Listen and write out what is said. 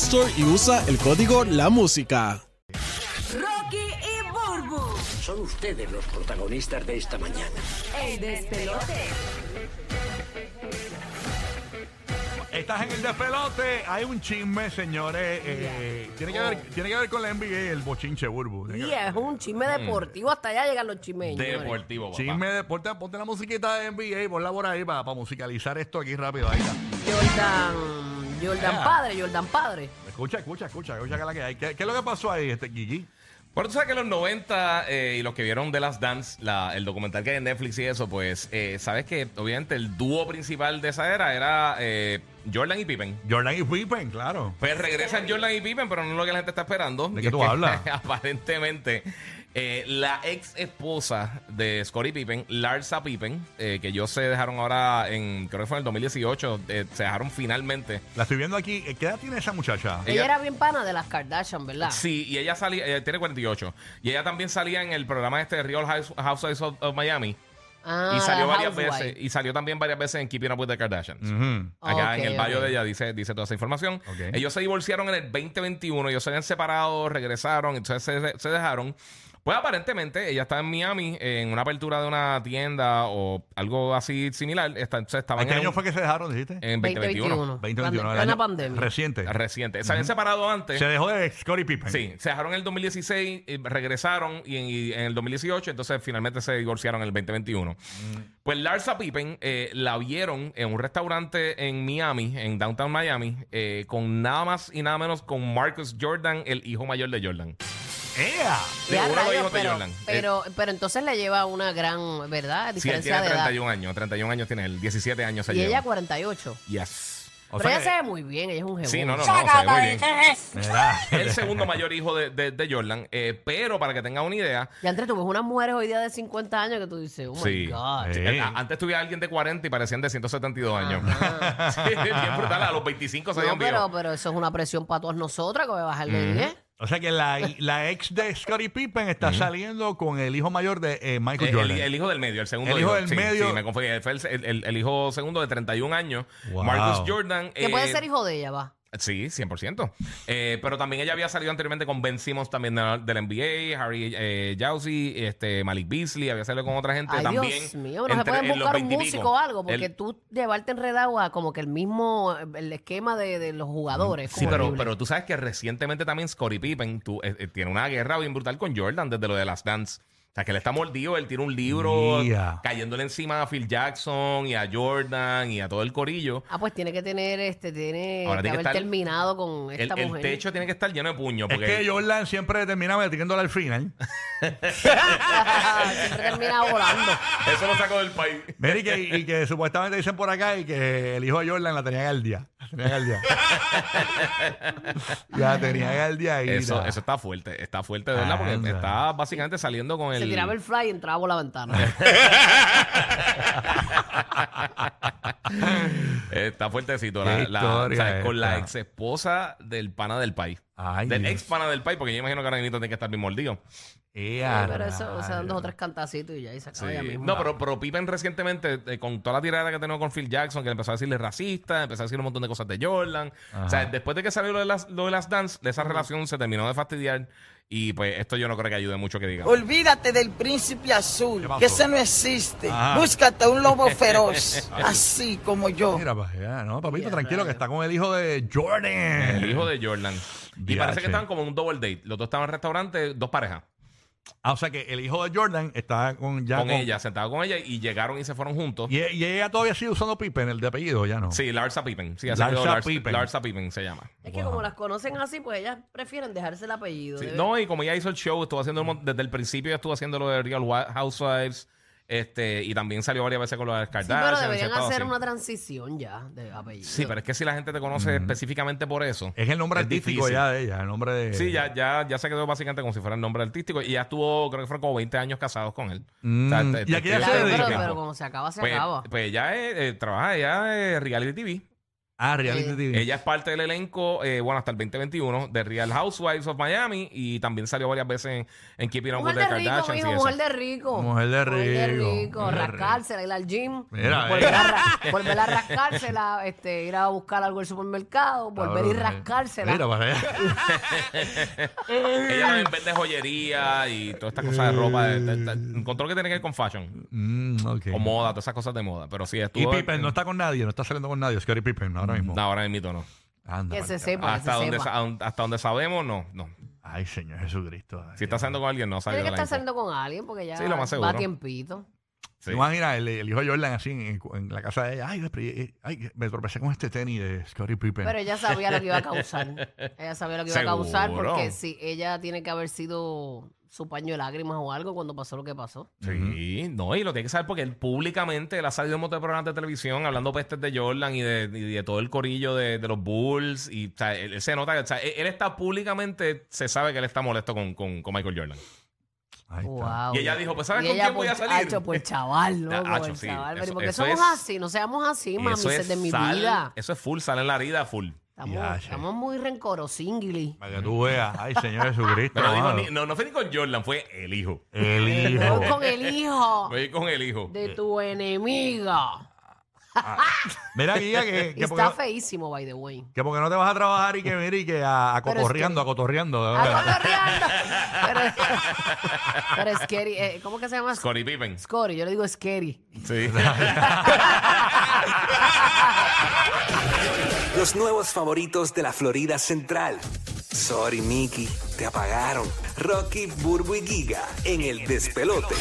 Store y usa el código La Música. Rocky y Burbu, Son ustedes los protagonistas de esta mañana. el despelote. Estás en el despelote. Hay un chisme, señores. eh, tiene, que Oh. ver, tiene que ver con la NBA y el bochinche burbu. Tiene que Y ver. es un chisme deportivo. Hasta allá llegan los chismeños. señores. Mm. Deportivo, papá. Chisme, de- ponte, ponte la musiquita de NBA y ponla por ahí para, musicalizar esto aquí rápido. Ahí está. Jordan, Jordan Ah. Yeah. padre, Jordan padre. Escucha, escucha, escucha. escucha que la que hay. ¿Qué, qué es lo que pasó ahí, este Gigi? Bueno, tú sabes que en los 90 eh, y los que vieron The Last Dance, la- el documental que hay en Netflix y eso, pues, eh, sabes que obviamente el dúo principal de esa era era eh, Jordan y Pippen. Jordan y Pippen, claro. Pues regresan Jordan y Pippen, pero no es lo que la gente está esperando. ¿De Y qué es tú que, hablas? aparentemente, eh, la ex esposa de Scottie Pippen, Larsa Pippen, eh, que ellos se dejaron ahora en, creo que fue en el 2018, eh, se dejaron finalmente. La estoy viendo aquí. ¿Qué edad tiene esa muchacha? Ella, Ella- era bien pana de las Kardashian, ¿verdad? Sí, y ella salía, ella tiene 48. Y ella también salía en el programa este de Real House- Housewives of, of Miami. Ah, y salió la varias housewife. veces. Y salió también varias veces en Keeping Up with the Kardashians. Ujú. Acá Ok, en el barrio ok. de ella dice, dice toda esa información. Ok. Ellos se divorciaron en el 2021, ellos se habían separado, regresaron, entonces se, se dejaron. Pues aparentemente ella está en Miami en una apertura de una tienda o algo así similar. Está, entonces ¿A estaban qué en, ¿Este año un- fue que se dejaron, dijiste? en 2021. 2021. Cuando- el en la año pandemia. Reciente. Reciente. Se habían separado antes. Se dejó de Scottie Pippen. Sí, se dejaron en el 2016, eh, regresaron y en, y en el 2018, entonces finalmente se divorciaron en el 2021. Pues Larsa Pippen eh, la vieron en un restaurante en Miami, en Downtown Miami, eh, con nada más y nada menos con Marcus Jordan, el hijo mayor de Jordan. ¡Ea! Ya, Seguro lo rayos, dijo de pero, Jordan. Eh, pero, pero entonces le lleva una gran, ¿verdad? Sí, él Diferencia tiene de edad. 31 años, 31 años tiene él, 17 años se Y ella lleva. 48. Yes. O pero sea ella que- se ve muy bien, ella es un jefe. Sí, no, no, no, se ve muy bien. Mira. El segundo mayor hijo de, de- de Jordan, eh, pero para que tengan una idea, Ya entre tú ves unas mujeres hoy día de 50 años que tú dices, oh my Sí. God. Sí. Eh, a- Antes tuve a alguien de 40 y parecían de 172 años. Sí, bien brutal. A los 25 se No, habían pero, vivo. pero eso es una presión para todas nosotras que voy a bajar de 10. O sea que la, la ex de Scottie Pippen está saliendo con el hijo mayor de eh, Michael Eh, El, Jordan. el hijo del medio, el segundo El hijo del Sí, medio. sí, me confundí. Fue el, el- el- el hijo segundo de 31 años, Wow. Marcus Jordan. Que eh, puede ser hijo de ella, va. Sí, 100%. Eh, pero también ella había salido anteriormente con Ben Simmons también de la- del NBA, Harry eh, Jauzi, este, Malik Beasley, había salido con otra gente Ay, también. Dios mío, no se entre- pueden en los buscar un 20 y pico. músico o algo, porque El- tú llevarte enredado a como que el mismo, eh, el esquema de, de los jugadores. Mm, Sí, como pero, horrible. pero tú sabes que recientemente también Scottie Pippen tú, eh, eh, tiene una guerra bien brutal con Jordan desde lo de las Dance. O sea, que él está mordido, él tiene un libro Mía. cayéndole encima a Phil Jackson y a Jordan y a todo el corillo. Ah, pues tiene que tener, este, tiene Ahora que tiene que haber estar- terminado con El, esta el mujer. techo tiene que estar lleno de puños. Es Porque que Jordan siempre termina metiéndola al final. Siempre termina volando. eso lo sacó del país. Mira, y que, y que supuestamente dicen por acá y que el hijo de Jordan la tenía al día. La tenía al día. la tenía al día y Eso, nada. eso está fuerte, está fuerte de verdad, porque Anda. está básicamente saliendo con el. Se tiraba el fly y entraba por la ventana. Eh, Está fuertecito la, Qué la- historia ¿sabes? con la ex esta. esposa del pana del país. Ay, del Dios. ex pana del país, porque yo imagino que ahora mismo tiene que estar bien mordido. Ea, pero eso, o sea, dan dos o rayos. tres cantacitos y ya, y se acaba ya mismo. No, pero, pero Pippen recientemente, eh, con toda la tirada que tenía con Phil Jackson, que le empezó a decirle racista, empezó a decir un montón de cosas de Jordan. Ajá. O sea, después de que salió lo de las, lo de las dance, de esa relación se terminó de fastidiar. Y pues esto yo no creo que ayude mucho que diga. Olvídate del príncipe azul, ¿Qué pasó? que ese no existe. Ah. Búscate un lobo feroz, así como yo. Mira, para allá, no, papito, tranquilo, que está con el hijo de Jordan. El hijo de Jordan. Y Diache. parece que estaban como en un double date. Los dos estaban en el restaurante, dos parejas. Ah, o sea que el hijo de Jordan está con ya. con, ella, sentado con ella, y llegaron y se fueron juntos. Y, y ella todavía sigue usando Pippen, el de apellido, ya no. Sí, Larsa Pippen. Sí, así Larsa quedó Larsa Pippen. Pippen. Pippen se llama. Es que como las conocen así, pues ellas prefieren dejarse el apellido. Sí, debe- no, y como ella hizo el show, estuvo haciendo un mon- desde el principio estuvo haciendo lo de Real Wa- Housewives, este, y también salió varias veces con lo de Sí, Kardashian. pero etcétera, deberían todo hacer así. una transición ya de apellido. Sí, pero es que si la gente te conoce específicamente por eso. Es el nombre artístico difícil. ya de ella, el nombre de. Sí, ya, ya, ya se quedó básicamente como si fuera el nombre artístico. Y ya estuvo, creo que fueron como 20 años casados con él. Mm. te- Y te- aquí te- ya Claro, se te- pero, dedica. te- pero como se acaba, se Pues, acaba. pues ella eh, eh, trabaja, ella es reality TV. Ah, reality Sí. TV. Ella es parte del elenco, eh, bueno, hasta el 2021 de Real Housewives of Miami y también salió varias veces en, en Keeping Up with Mujer the de rico, Kardashians. y mijo, eso. mujer de rico. Mujer de rico, Mujer de rico, mujer de rico. rascársela, ir al gym. Mira, volver, eh. a, ra- volver a rascársela, este, ir a buscar algo al supermercado, volver y Cabrón, eh. rascársela. Mira, para allá. Ella también vende joyería y todas estas cosas de ropa. de- de- de- encontró que tiene que ver con fashion Mm, ok. o moda, todas esas cosas de moda. Pero sí, Y estuvo. Pippen no está con nadie, no está saliendo con nadie. Es que Pippen ahora mismo. No, ahora mismo no. Anda, que pa'l se carajo. sepa, que se Hasta donde, sepa. sa- hasta donde sabemos, no. no. Ay, Señor Jesucristo. Ay, Si está Dios. saliendo con alguien, no sale Tiene que de la estar info. saliendo con alguien porque ya Sí, lo más va a seguro. tiempito. Sí. No van a ir a el, el hijo de Jordan así en, en la casa de ella. Ay, me, pri- ay, me tropecé con este tenis de Scottie Pippen. Pero ella sabía lo que iba a causar. Ella sabía lo que iba a causar Seguro. porque si ella tiene que haber sido su paño de lágrimas o algo cuando pasó lo que pasó. Sí, no, y lo tiene que saber porque él públicamente él ha salido en montón de programas de televisión hablando pestes de Jordan y de, y de todo el corillo de, de los Bulls. Y o sea, él, él se nota que o sea, él, él está públicamente, se sabe que él está molesto con, con- con Michael Jordan. Ahí está. Wow. Y ella dijo, pues, ¿sabes Y con ella quién voy por- a salir? Hacho, por pues, chaval, loco, Hacho, por sí. chaval. Eso- porque eso somos es- así, no seamos así, mami, eso es de mi sal- vida. Eso es full, sale en la herida full. Estamos, Ya, che. estamos muy rencorosinguili. Para que tú veas. Ay, Señor Jesucristo. Pero dijo, amado. ni- no, no fue ni con Jordan, fue el hijo. El hijo. Vamos con el hijo Fue con el hijo. de tu enemiga. Ah, Mira, guía, que, Y que, porque está no, feísimo, by the way. que porque no te vas a trabajar y que mira y que a, a Pero es cotorreando, que- a cotorreando. de Ah, verdad. cotorreando. Pero, pero Scary, eh, ¿cómo que se llama? Scottie Pippen. Scary, yo le digo Scary. Sí. Los nuevos favoritos de la Florida Central. Sorry, Mickey, te apagaron. Rocky, Burbu y Giga en el despelote.